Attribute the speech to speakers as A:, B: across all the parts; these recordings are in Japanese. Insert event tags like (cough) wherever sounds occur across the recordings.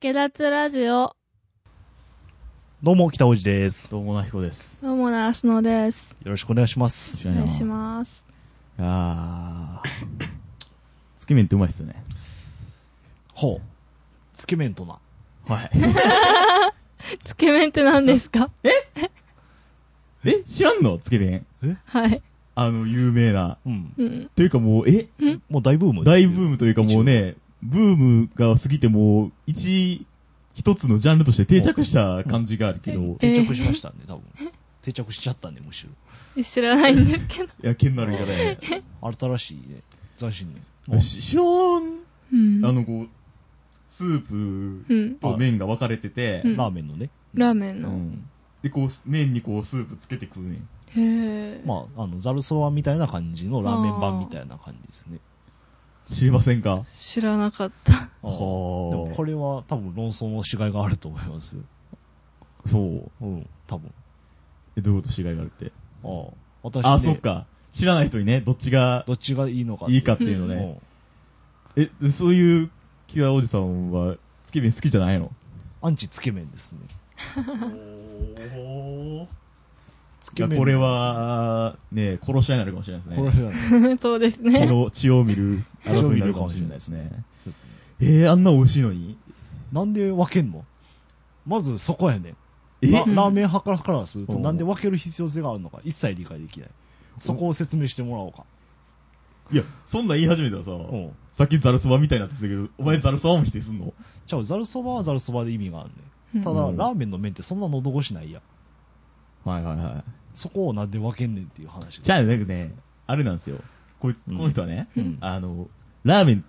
A: 下脱ラジオ、
B: どうも、北大路です。
C: どうもなひこです。
A: どうもなしのです。
B: よろしくお願いします。
A: お願いします。
C: す。あー。つけ麺ってうまいっすよね。
B: ほう。つけ麺とな。
C: はい。
A: つけ麺って何ですか
C: え知らんのつけ麺。
A: はい。
C: あの、有名な。
B: うん。
A: うん。
C: というかもう、え
B: もう大ブームです
C: 大
B: よ。
C: ブームというかもうね、ブームが過ぎてもう、一、一つのジャンルとして定着した感じがあるけど、い
B: 定着しましたね、多分。定着しちゃったね、むし
A: 知らないんですけど。
C: や、剣のある言い方やね。
B: ろ。新しいね。斬新ね。
C: あし知らん。
A: うん。
C: あの、 (laughs) こう、スー
A: う
C: プ
A: ん。
C: と麺が分かれてて
A: う、ん
B: ラーメンのね。
A: ラーメン
C: う
A: の。
C: ん。で、こう、麺にこう、スープつけて食うねん。
A: へえ。
B: まあ、あの、ザルそばみたいな感じのラーメン版みたいな感じですね。
C: 知りませんか
A: 知らなかった。 (laughs)
B: あ
C: あ
B: ー
C: ー
B: でもこれは多分論争のしがいがあると思いますよ。
C: そう。
B: うん、多分。
C: え、どういうこと違いがあるって。
B: ああ、私、ね、
C: あ、そっ。か。知らない人にね、どっちが
B: どっちがいいのか
C: いいかっていうのね。
B: う
C: え、そういう、木田おじさんは、つけ麺好きじゃないの
B: んアンチつけ麺ですね。
C: お
B: つ
C: い
B: け
C: や、
B: 麺。
C: これ、は、ね、殺し合いになるかもしれないです
B: これ
C: ね。
B: は、
A: そうです
C: 血
A: ね。
C: の、 (laughs) 血を見る争いになるかもしれないですね。えー、あんな美味しいのに
B: なんで分けんのまずそこやねん。
C: え
B: ララーメン派からからすると、
C: うん
B: なんで分ける必要性があるのか一切理解できない。そこを説明してもらおうか。
C: いや、そんなん言い始めたらさ、
B: うん。
C: さっきザルそばみたいになってたけど、お前ザルそばも否定すんの
B: じゃあ、ざるそばはざるそばで意味がある
A: う
B: ね。
A: ん
B: ただ、
C: うん
B: ラーメンの麺ってそんな喉越しないやん。
C: はいはいはい。
B: そこをなんで分けんねんっていう話。
C: じゃあ、なんかね、あれなんですよ。こいつ、この人はね、
B: うん
C: あの、ラーメン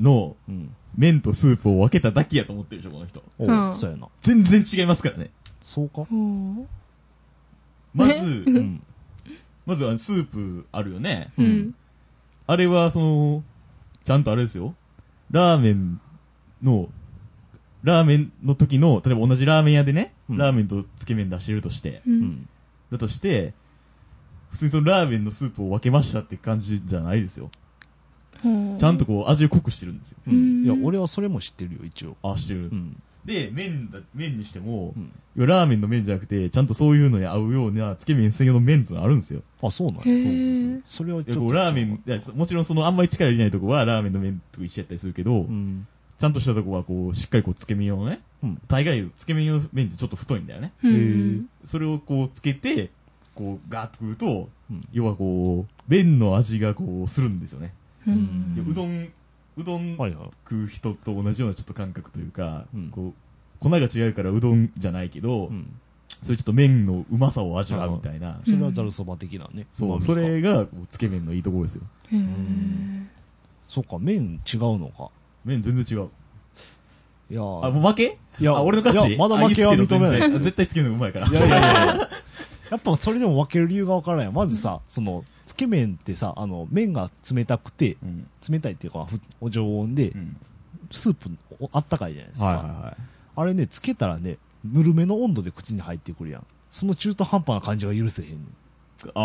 C: の
B: うん。
C: 麺とスープを分けただけやと思ってるでしょ、この人。
B: お
A: う
B: うんそうやな。
C: 全然違いますからね。
B: そうか
A: おー
C: ま
B: (laughs)
C: ず、
B: うん。
C: まずあのスープあるよね。
A: う
B: うんん。
C: あれは、その、ちゃんとあれですよ。ラーメンの、ラーメンの時の、例えば同じラーメン屋でね、
B: うん
C: ラーメンとつけ麺出してるとして、
A: う。
B: うんん。
C: だとして、普通にそのラーメンのスープを分けましたって感じじゃないですよ。
A: ほう
C: ちゃんと。こう味を濃くしてるんですよ。
B: う
A: うん
B: ん。いや、俺はそれも知ってるよ、一応。
C: あ、してる。
B: うん。
C: で、麺だ、麺にしても、
B: うん
C: 要はラーメンの麺じゃなくて、ちゃんとそういうのに合うような、つけ麺専用の麺ってのあるんですよ。
B: あ、そうなんや。
A: へ
B: そう
A: え。
B: それはち
C: いや
B: ょ
C: こ
B: っ
C: う
B: と。
C: ラーメン、いやそもちろんその、あんまり力入れないとこは、ラーメンの麺と一緒やったりするけど、
B: うん。
C: ちゃんとしたとこは、こう、しっかりこう、つけ麺用のね、
B: うん
C: 大概、つけ麺用の麺ってちょっと太いんだよね。
A: うん。
C: それをこう、つけて、こう、ガーッと食うと、
B: うん
C: 要はこう、麺の味がこう、するんですよね。
A: う
C: いや
A: ん。
C: うどん、うどん
B: はいはい。
C: 食う人と同じようなちょっと感覚というか、
B: うん
C: こう、粉が違うからうどんじゃないけど、
B: うん。
C: それちょっと麺のうまさを味わうみたいな。
B: それはざるそば的なね。
C: そうう、
B: まみ
C: そ
B: か
C: れが、つけ麺のいいところですよ。
A: へえ。
B: そっか、麺違うのか。
C: 麺全然違う。
B: いやー
C: あ、もう負け
B: いや
C: あ俺の勝ち
B: いやまだ負けは
C: あいいっすけど
B: 認めないです
C: 全然絶対つけ麺うまいから。
B: いやいやい
C: (laughs)
B: やいや。やっぱそれでも分ける理由が分からない。まずさ、その、つけ麺ってさ、あの、麺が冷たくて、
C: うん。
B: 冷たいっていうか、ふお常温で
C: う、ん。
B: スープおあったかいじゃないですか。
C: はいはいはい。
B: あれね、つけたらね、ぬるめの温度で口に入ってくるやん。その中途半端な感じが許せへんねん。
C: あ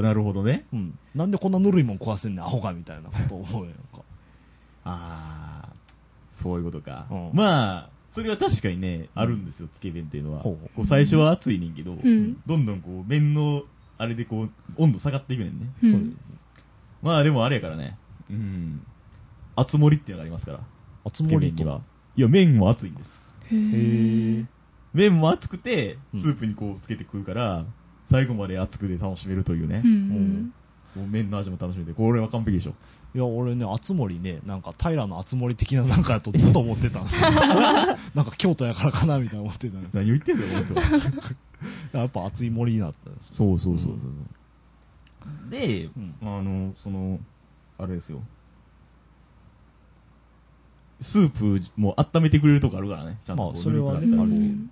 C: ー、なるほどね。
B: うん。なんでこんなぬるいもん食わせんねん、アホかみたいなこと思うやんか。
C: あー、そういうことか。
B: うん
C: まあ、それは確かにね、あるんですよ、つけ麺っていうのは。
B: ほう
C: こう最初は熱いねんけど、
A: ん
C: どんどんこう、麺の、あれでこう、温度下がっていくねんね。
A: うん
B: そう。
C: まあでもあれやからね。うん。熱盛っていうのがありますから。
B: あつ
C: つけ
B: もり
C: 麺に
B: と
C: は。。いや、麺も熱いんです。
A: へえ。
C: 麺も熱くて、
B: うん
C: スープにこうつけて食うから、最後まで熱くで楽しめるというね
A: う。ん。
C: もう麺の味も楽しめて、これは完璧でしょ。
B: いや、俺ね、熱森ね、なんか、平の熱森的ななんかやとずっと思ってたんですよ。なんか、京都やからかな、みたいな思ってたんですよ
C: 何を言ってんすよ、こ
B: (laughs)
C: の人は。
B: やっぱ熱い森になったんですよ。
C: そうそうそうそう。で、
B: ん
C: あの、その、あれですよ。スープも温めてくれるとこあるからね。ちゃんとこう
B: まあそれはね
C: ぬるく
B: う
C: なったら
B: ん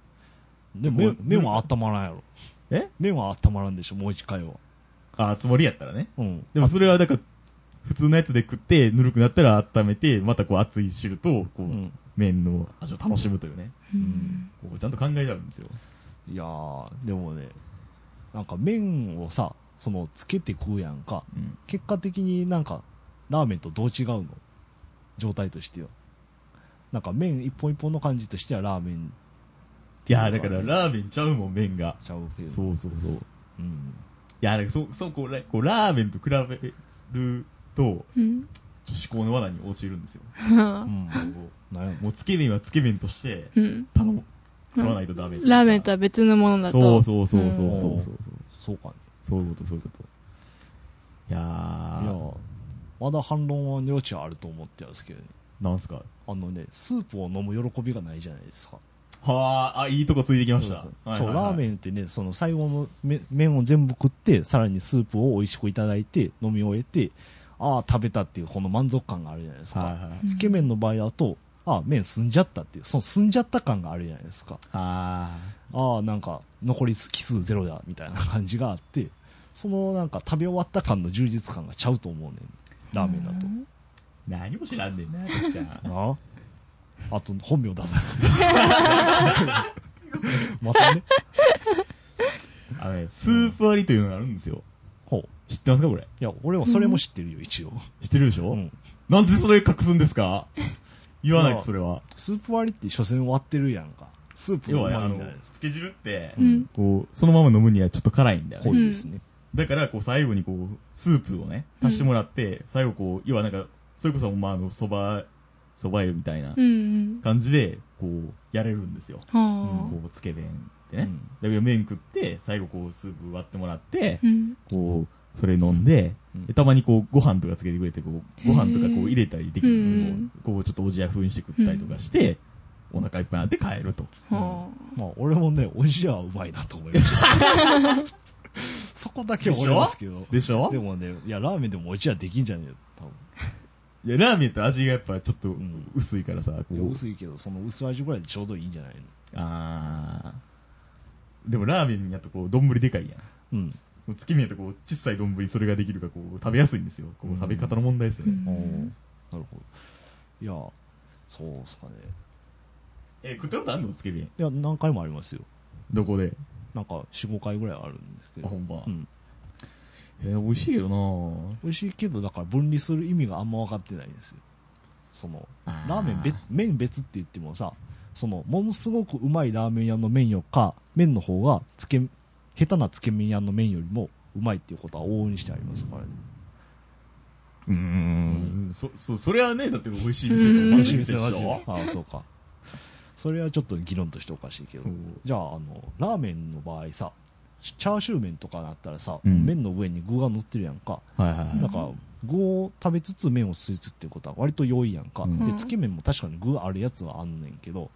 B: でも麺、麺は温まらんやろ。
C: え
B: 麺は温まらんでしょ、もう一回は。
C: あ、つもりやったらね。
B: うん。
C: でもそれはだから、普通のやつで食って、ぬるくなったら温めて、またこう熱い汁と、こう、
B: うん
C: 麺の味を楽しむというね。
A: うん。
C: こうちゃんと考えてあるんですよ。
B: いやー、でもね、なんか麺をさ、その、つけて食うやんか。
C: うん。
B: 結果的になんか、ラーメンとどう違うの状態としては。なんか麺一本一本の感じとしてはラーメン
C: いや、だからラーメンちゃうもん、麺が。
B: ちゃうけど。
C: そうそうそう。い
B: うん。
C: や、だからそ、そう、こう、ねこうラーメンと比べると、
A: うん。
C: 女子高の罠に陥るんですよ。
B: う
A: はあ
B: ん。なんや
C: もう、つけ麺はつけ麺として、
A: (laughs) うん。
C: 頼む。食わないとダメ。
A: ラーメンとは別のものだと。
C: そうそうそうそうそうそう。
B: そうかね。
C: そういうこと、そういうこと。いや
B: いや
C: ー、、
B: まだ反論は余地はあると思ってますけどね。
C: なんすか。
B: あのね、スープを飲む喜びがないじゃないですか。
C: はー、あ、いいとこついてきまし
B: そう
C: た。
B: そう
C: はい
B: そう、ラーメ
C: ン。
B: ンってね、その最後のめ麺を全部食って、さらにスープを美味しくいただいて、飲み終えて、ああ、食べたっていうこの満足感があるじゃないですか。
C: はいはい。
B: つけ麺の場合だと、ああ、麺済んじゃったっていう、その済んじゃった感があるじゃないですか。
C: あ
B: ああ、なんか、残り奇数ゼロだ、みたいな感じがあって、そのなんか食べ終わった感の充実感がちゃうと思うねん。ラーメンだと。
C: ー、何も知らんねんな、こっち
B: (laughs)
C: ゃん。
B: なあと、本名出さない。
C: (laughs)
B: またね。
C: あのね、スープ割りというのがあるんですよ。
B: ほう。
C: 知ってますかこれ。
B: いや、俺もそれも知ってるよ、一応。
C: 知ってるでしょ、
B: うん
C: なんでそれ隠すんです
B: (laughs)
C: か言わないとそれは。
B: スープ割りって所詮割ってるやんか。スープ
C: 要
B: のう
C: はね、
B: ま
C: あ
B: いん
C: の
B: じゃないです、か。
C: つけ汁って、
A: うん
C: こう、そのまま飲むにはちょっと辛いんだよ
B: 濃
C: ね。
B: いですね。
C: だから、こう、最後にこう、スープをね、足してもらって、最後こう、要はなんか、それこそ、まあ、あの、蕎麦、蕎麦湯みたいな
A: うんうん。
C: 感じで、こう、やれるんですよ。
A: は
C: こう、つけ麺ってね。
B: うん
C: だけど、麺食って、最後こう、スープ割ってもらって
A: あ。う、ん。
C: こう、それ飲んで、
B: うん
C: でたまにこう、ご飯とかつけてくれて、こう、ご飯とかこう入れたりできるんですよ。こう、ちょっとおじや風にして食ったりとかして、お腹いっぱいになって帰ると。
A: は
B: まあ、俺もね、おじやはうまいなと思いました。
C: (laughs)
B: そこだけは思いますけど。
C: でしょ
B: でもね、いや、ラーメンでもおじやできんじゃねえよ、多分。
C: いや、ラーメンって味がやっぱちょっと
B: ん
C: 薄いからさ、こ
B: いや
C: う。
B: 薄いけど、その薄味ぐらいでちょうどいいんじゃないの
C: あー。でもラーメンやとこう、丼でかいやん。
B: うん。
C: もう月見やとこう、小さい丼それができるかこう、食べやすいんですよ。こう、食べ方の問題ですよね。
A: うん
B: おーなるほど。いや、そうっすかね。
C: え、食ったことあんのつけ麺。
B: いや、何回もありますよ。
C: どこで
B: なんか、4、5回ぐらいあるんですけ
C: あ、
B: ど
C: ほ。んま
B: う。ん。
C: えー、美味しいよなぁ。
B: 美味しいけど、だから分離する意味があんま分かってないんですよ。その、
C: あー
B: ラーメン別、麺別って言ってもさ、その、ものすごくうまいラーメン屋の麺よりか、麺の方が、つけ、下手なつけ麺屋の麺よりも、うまいっていうことは往々にしてありますからね。
C: うーんそ、そ、それはね、だって美味しい店と
A: うん
C: 同
B: 美味
C: じ
B: しい
C: 店
B: 店
C: でし
B: は
C: ょ
B: 味ああ、そうか。それはちょっと議論としておかしいけど
C: そう。
B: じゃあ、あの、ラーメンの場合さ、チャーシュー麺とかなったらさ、
C: うん
B: 麺の上に具が乗ってるやんか。
C: はいはいはい
B: だから、具を食べつつ麺を吸いつつっていうことは割と良いやんか。
C: うん
B: で、つけ麺も確かに具あるやつはあんねんけど、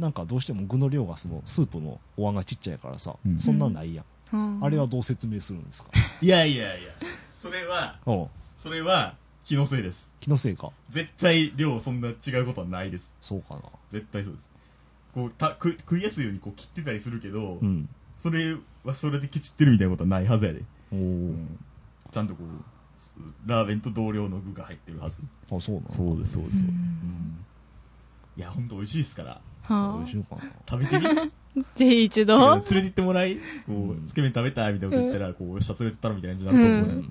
B: なんかどうしても具の量がそのスープのお椀がちっちゃいからさ、
C: うん
B: そんなんないやん。
A: あ
B: あれはどう説明するんですか
C: いやいやいや、それは、
B: うん。
C: それは気のせいです。
B: 気のせいか。
C: 絶対量そんな違うことはないです。
B: そうかな。
C: 絶対そうです。こう、た、食食いやすいようにこう切ってたりするけど、
B: うん。
C: それはそれでケチってるみたいなことはないはずやで。
B: お
C: ちゃんとこう、すラーメンと同量の具が入ってるはず。
B: お。あ、そうなの
C: そうです、そうです。
B: うん。
C: いや、ほんと美味しいですから。
B: 美
A: は
B: 味しいのかな。
C: 食べて
A: (laughs)
C: み
A: あ。ぜひ一
C: 連
A: 度
C: れ。て行ってもらいこ
B: うん
C: う、つけ麺食べたいみたいなこと言ったら、こう、よっしゃ、連れてったらみたいな感じになると思うね。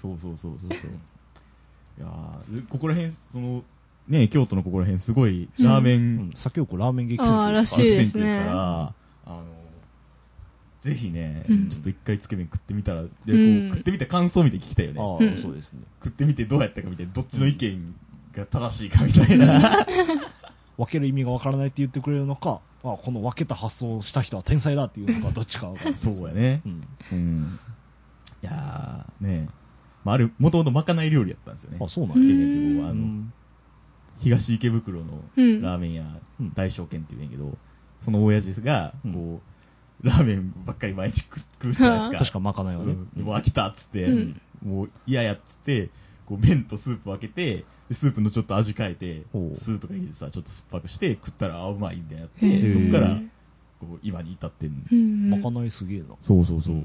C: そうそうそうそうそう。いやーでここら辺、その、ね、京都のここら辺、すごい、ラーメ
B: う
C: ン
B: ん、先ほどラーメン激
A: あ
B: 戦
A: ー
B: で
A: ら
B: す
A: し
B: か
A: い
B: ら
A: で
C: です
A: す
C: から、
A: ね
C: あの、ぜひね、
A: うん
C: ちょっと一回つけ麺食ってみたら、で、こう
A: うん、
C: 食ってみた感想みたいに聞きたいよね。
B: ああ、
A: うん
B: そうですね。
C: 食ってみてどうやったかみたいな、どっちの意見が正しいかみたいな。
B: 分ける意味がわからないって言ってくれるのか、ああこの分けた発想をした人は天才だっていうのか、どっちかわかんない。
C: そうやね
B: う。ん。
C: うん。いやー、ねまあ、あれ、もともとまかない料理やったんですよね。
B: あ、そうな
C: つ
B: ん
C: け
B: や。
C: 麺って僕はあ
B: う
C: の、
B: ん。
C: 東池袋の
A: うん
C: ラーメン屋、
B: うん
C: 大証券って言うんやけど、その親父が、
B: うん
C: こう、ラーメンばっかり毎日食う食うじゃないです
B: 確
C: か。
B: かまかないわね。
C: うんもう飽きたっつって、
A: うん
C: もう嫌やっつって、こう麺とスープ分けて、でスープのちょっと味変えて
B: ほ、う
C: 酢とか入れてさ、ちょっと酸っぱくして、食ったら、あ、うまいんだよって、
A: へ
C: そ
A: ー
C: っから、こう、今に至ってんの
A: うん。
B: まかないすげえな。
C: そうそうそう。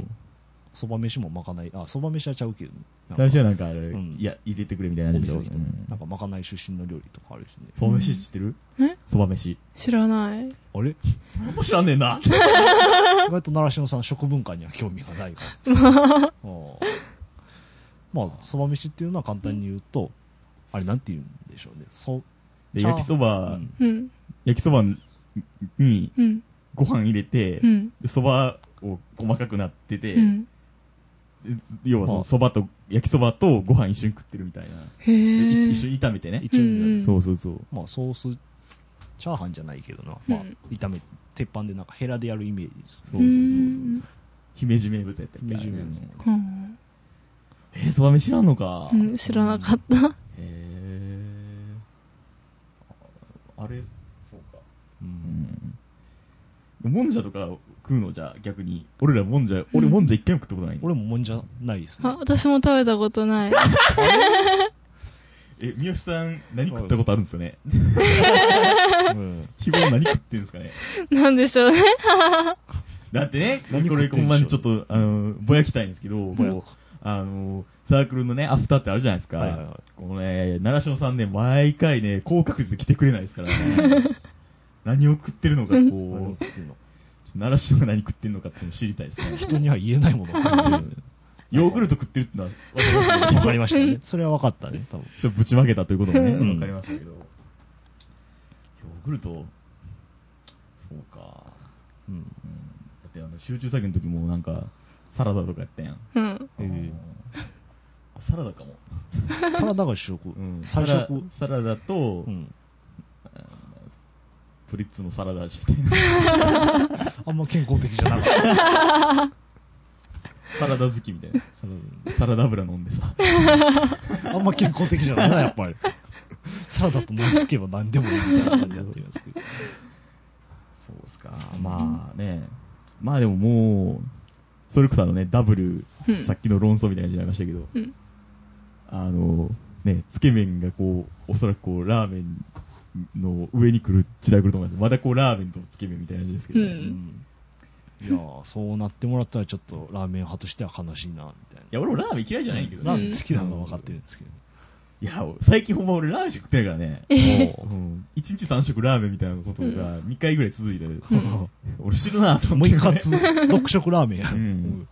B: そば飯もまかない。あ、そば飯はちゃうけどね。なんか
C: 最初はなんかあれ、
B: ん
C: いや、入れてくれみたいな
B: お
C: 感じ
B: 店
C: で
B: の人も
C: うん
B: なんかまかない出身の料理とかあるしね。
C: そば飯知ってる
A: え
C: そば飯。
A: 知らない。
B: あ
C: (laughs)
B: れ
C: 面白んね
A: (laughs)
C: んな。
B: 意外と習志野さん食文化には興味がない
C: (laughs)
B: からですね。ああまあ、そば飯っていうのは簡単に言うと、あれなんて言うんでしょうね。そ、
C: で、
B: チャー
C: 焼きそば、
B: うん
A: うん。
C: 焼きそばに
A: うん。
C: ご飯入れて
A: う、ん。
C: でそばを細かくなってて
A: う、ん。
C: 要はそ
B: まあ
C: のそばと、焼きそばとご飯一緒に食ってるみたいな。
A: へ
C: で
A: え。
C: 一緒に炒めてね。
B: 一応
A: うんうん
C: そうそうそう。
B: まあソースチャーハンじゃないけどな、まあ
A: うん
B: 炒め鉄板でなんかヘラでやるイメージです
C: そうそう
A: う。
C: そうそうん姫路名物やったっけ
B: 姫路名物
C: あれ
A: はん
C: えー、そば飯知らんのか。
A: うん。知らなかった。
C: へえ。ああれ、そうか。
B: う
C: うんん。もんじゃとか食うのじゃ逆に。俺らもんじゃ、俺もんじゃ一回も食ったことない、
B: 俺ももんじゃないですね
C: (laughs)
A: あ、私も食べたことない。 (laughs)
C: え、三好さん何食ったことあるんです
B: (laughs)
C: よね
B: うん
C: 日頃何食ってんですかね
A: なんでしょうね。
C: だってね、
B: 何
C: こ
B: 食っ
C: れ
B: て
C: こん
B: んで
C: ま
B: しょ
C: に
B: う
C: ちょっと、あの、ぼやきたいんですけど、もうあの、サークルのね、アフターってあるじゃないですか。
B: はいはいはい
C: このね、習志野さんね、毎回ね、高確率で来てくれないですか
B: (laughs)
C: らね。何を食ってるのか、
B: 何
C: こ
B: 食ってんの
C: う、習志野が何食ってるのかっていうのを知りたいですね。
B: 人には言えないものを食ってる
C: ヨーグルト食ってるってのは、
B: (laughs) わかりましたねそれは分かったね多分
C: それぶちまけたということもね、
B: うん
C: わかりましたけど。ヨーグルト、そうか。
B: うん
C: うん、だってあの、集中作業の時もなんか、サラダとかやったやん。
A: うん。
B: えー
C: あサラダかも。
B: サラダが主食、
C: うん
B: 菜食
C: サラサラダと、
B: うん、
C: プリッツのサラダ味みたいな。
B: あんま健康的じゃなかった
C: (laughs) サラダ好きみたいな。
B: サラ
C: サラダ油飲んでさ。
B: ダあんま健康的じゃないなやっぱりサラダと飲みつけば何でもいいみたいな感じになってますけど
C: そうですか。まあね。まあでももう、それこそあのね、ダブル、
A: うん
C: さっきの論争みたいな感じになりましたけど、
A: うん
C: あの、ね、つけ麺がこう、おそらくこう、ラーメンの上に来る時代来ると思います。まだこう、ラーメンとつけ麺みたいな感じですけどね。
A: うん
C: い
B: うんいやーそうなってもらったらちょっとラーメン派としては悲しいなみたいな
C: や、俺もラーメン嫌いじゃないけどね
B: ラーメン好きなのは分かってるんですけど、
C: いや、最近ほんま俺ラーメンしか食ってないからね。
B: え
C: うん一日三食ラーメンみたいなことが2回ぐらい続いて、
B: も
C: 俺知るなと
B: う
C: 思って、
B: 一
C: ね。
B: 括、6食ラーメンや。
C: うん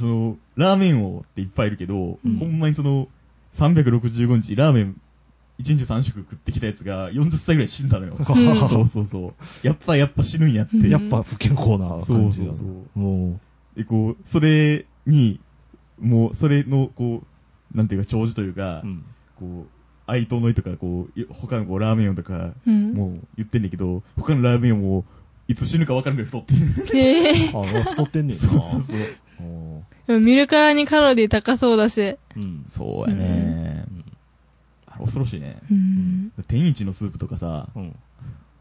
C: その、ラーメン王っていっぱいいるけど、
A: うん
C: ほんまにその、365日ラーメン、1日3食食ってきたやつが40歳ぐらい死んだのよ。
A: ん
C: そうそうそう。やっぱやっぱ死ぬんやって。
A: うん
B: やっぱ不健康な
C: そ
B: 感
C: う
B: じ
C: そ
B: だ
C: うそう。
B: も
C: で、こう、それに、もう、それの、こう、なんていうか、長寿というか、
B: う、うん
C: こう、哀悼の意とか、こう、い他のこうラーメン王とか、
A: うん。
C: もう言ってんだけど、他のラーメン王も、いつ死ぬか分からんぐらい太ってる。
A: へえ。
B: あ、太ってんねんな。
C: (laughs) そうそうそう。
B: おー
A: でも見るからにカロリー高そうだし。
B: うん。
C: そうやね。あれ恐ろしいね。
A: うん。
C: 天一のスープとかさ、
B: うん。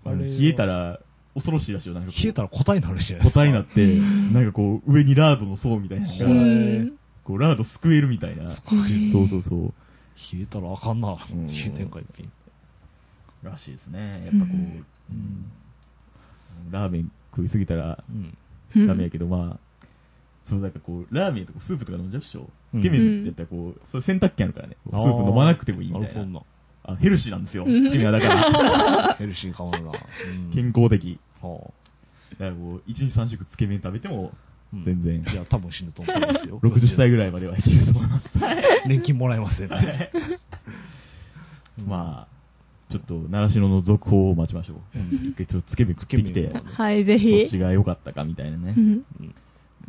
C: あ
B: あ
C: の
B: れは
C: 冷えたら恐ろしいらしいよ。なんかこう
B: 冷えたら答えになるじゃないですか。
C: 答えになって、なんかこう、上にラードの層みたいなの
B: へ
A: う
C: が、
A: ん。
C: こう、ラードすくえるみたいな。
B: す
C: そ
B: ごい。
C: うそうそう。
B: 冷えたらあかんな。
C: うん
B: 冷えてんか、一品。
C: らしいですね。やっぱこう、
A: うん
C: うんラーメン食いすぎたら
B: うん。
A: うん
C: ダメやけど、まあ、そう、なんかこう、ラーメンとかスープとか飲んじゃうっしょ。つけ麺ってやったらこう、それ選択権あるからね。スープ飲まなくてもいいみ
B: な
C: た
B: る
C: い
B: ほど
C: な。
B: な。
C: あヘルシーなんですよ。
A: うん
C: つけ麺はだから、
B: ヘルシーかもな。うん
C: 健康的。
B: は
C: だからこう、1日3食つけ麺食べても、
B: あうん
C: 全然
B: いや、多分死ぬと思うんですよ。
C: 60歳ぐらいまではいけると思います。
B: 年金もらえませんね。
C: まあ、ちょっと、習志野の続報を待ちましょ
B: う
C: う。
B: ん
C: 一回ちょっとつけ麺食ってきて、ど
B: つけ
C: っ
A: はい、ぜ
C: ち
A: ひ。
C: が良かったかみたいなね
A: う。ん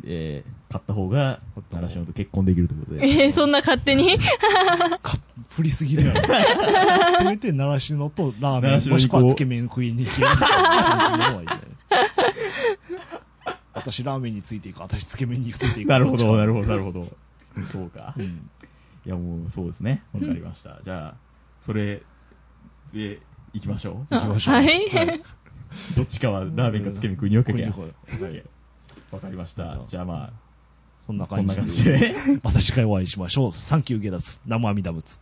C: えー、買った方が
B: 買っ、た方
C: 習志野と結婚できるということで。
A: えー、 (laughs) そんな勝手
C: (laughs)
A: に
B: か、振りすぎだよ。せめて、習志野とラーメ
C: 習
B: ン、
C: 志野にこう
B: もしくはつけ麺食いに行けるみたいな感じの方がいいね。私、ラーメンについていく。私、つけ麺についていく。
C: (laughs) なるほど、な
B: る
C: るほど、なるほど。 (laughs) そうか。
B: う
C: い
B: ん。
C: や、もう、そうですね。わかりました。じゃあ、それで、行きましょう。
B: 行きましょう。
A: はい
C: どっちかはラーメンかつけ麺食いに行くわ
B: 食い
C: け
B: に
C: や
B: 行。こうよ
C: わかりました。じゃあまあ、
B: そんな
C: こん
B: 感
C: な
B: じ
C: 感
B: で。
C: じで。
B: また次回お会いしましょう。サンキューゲダツ、生阿弥陀仏。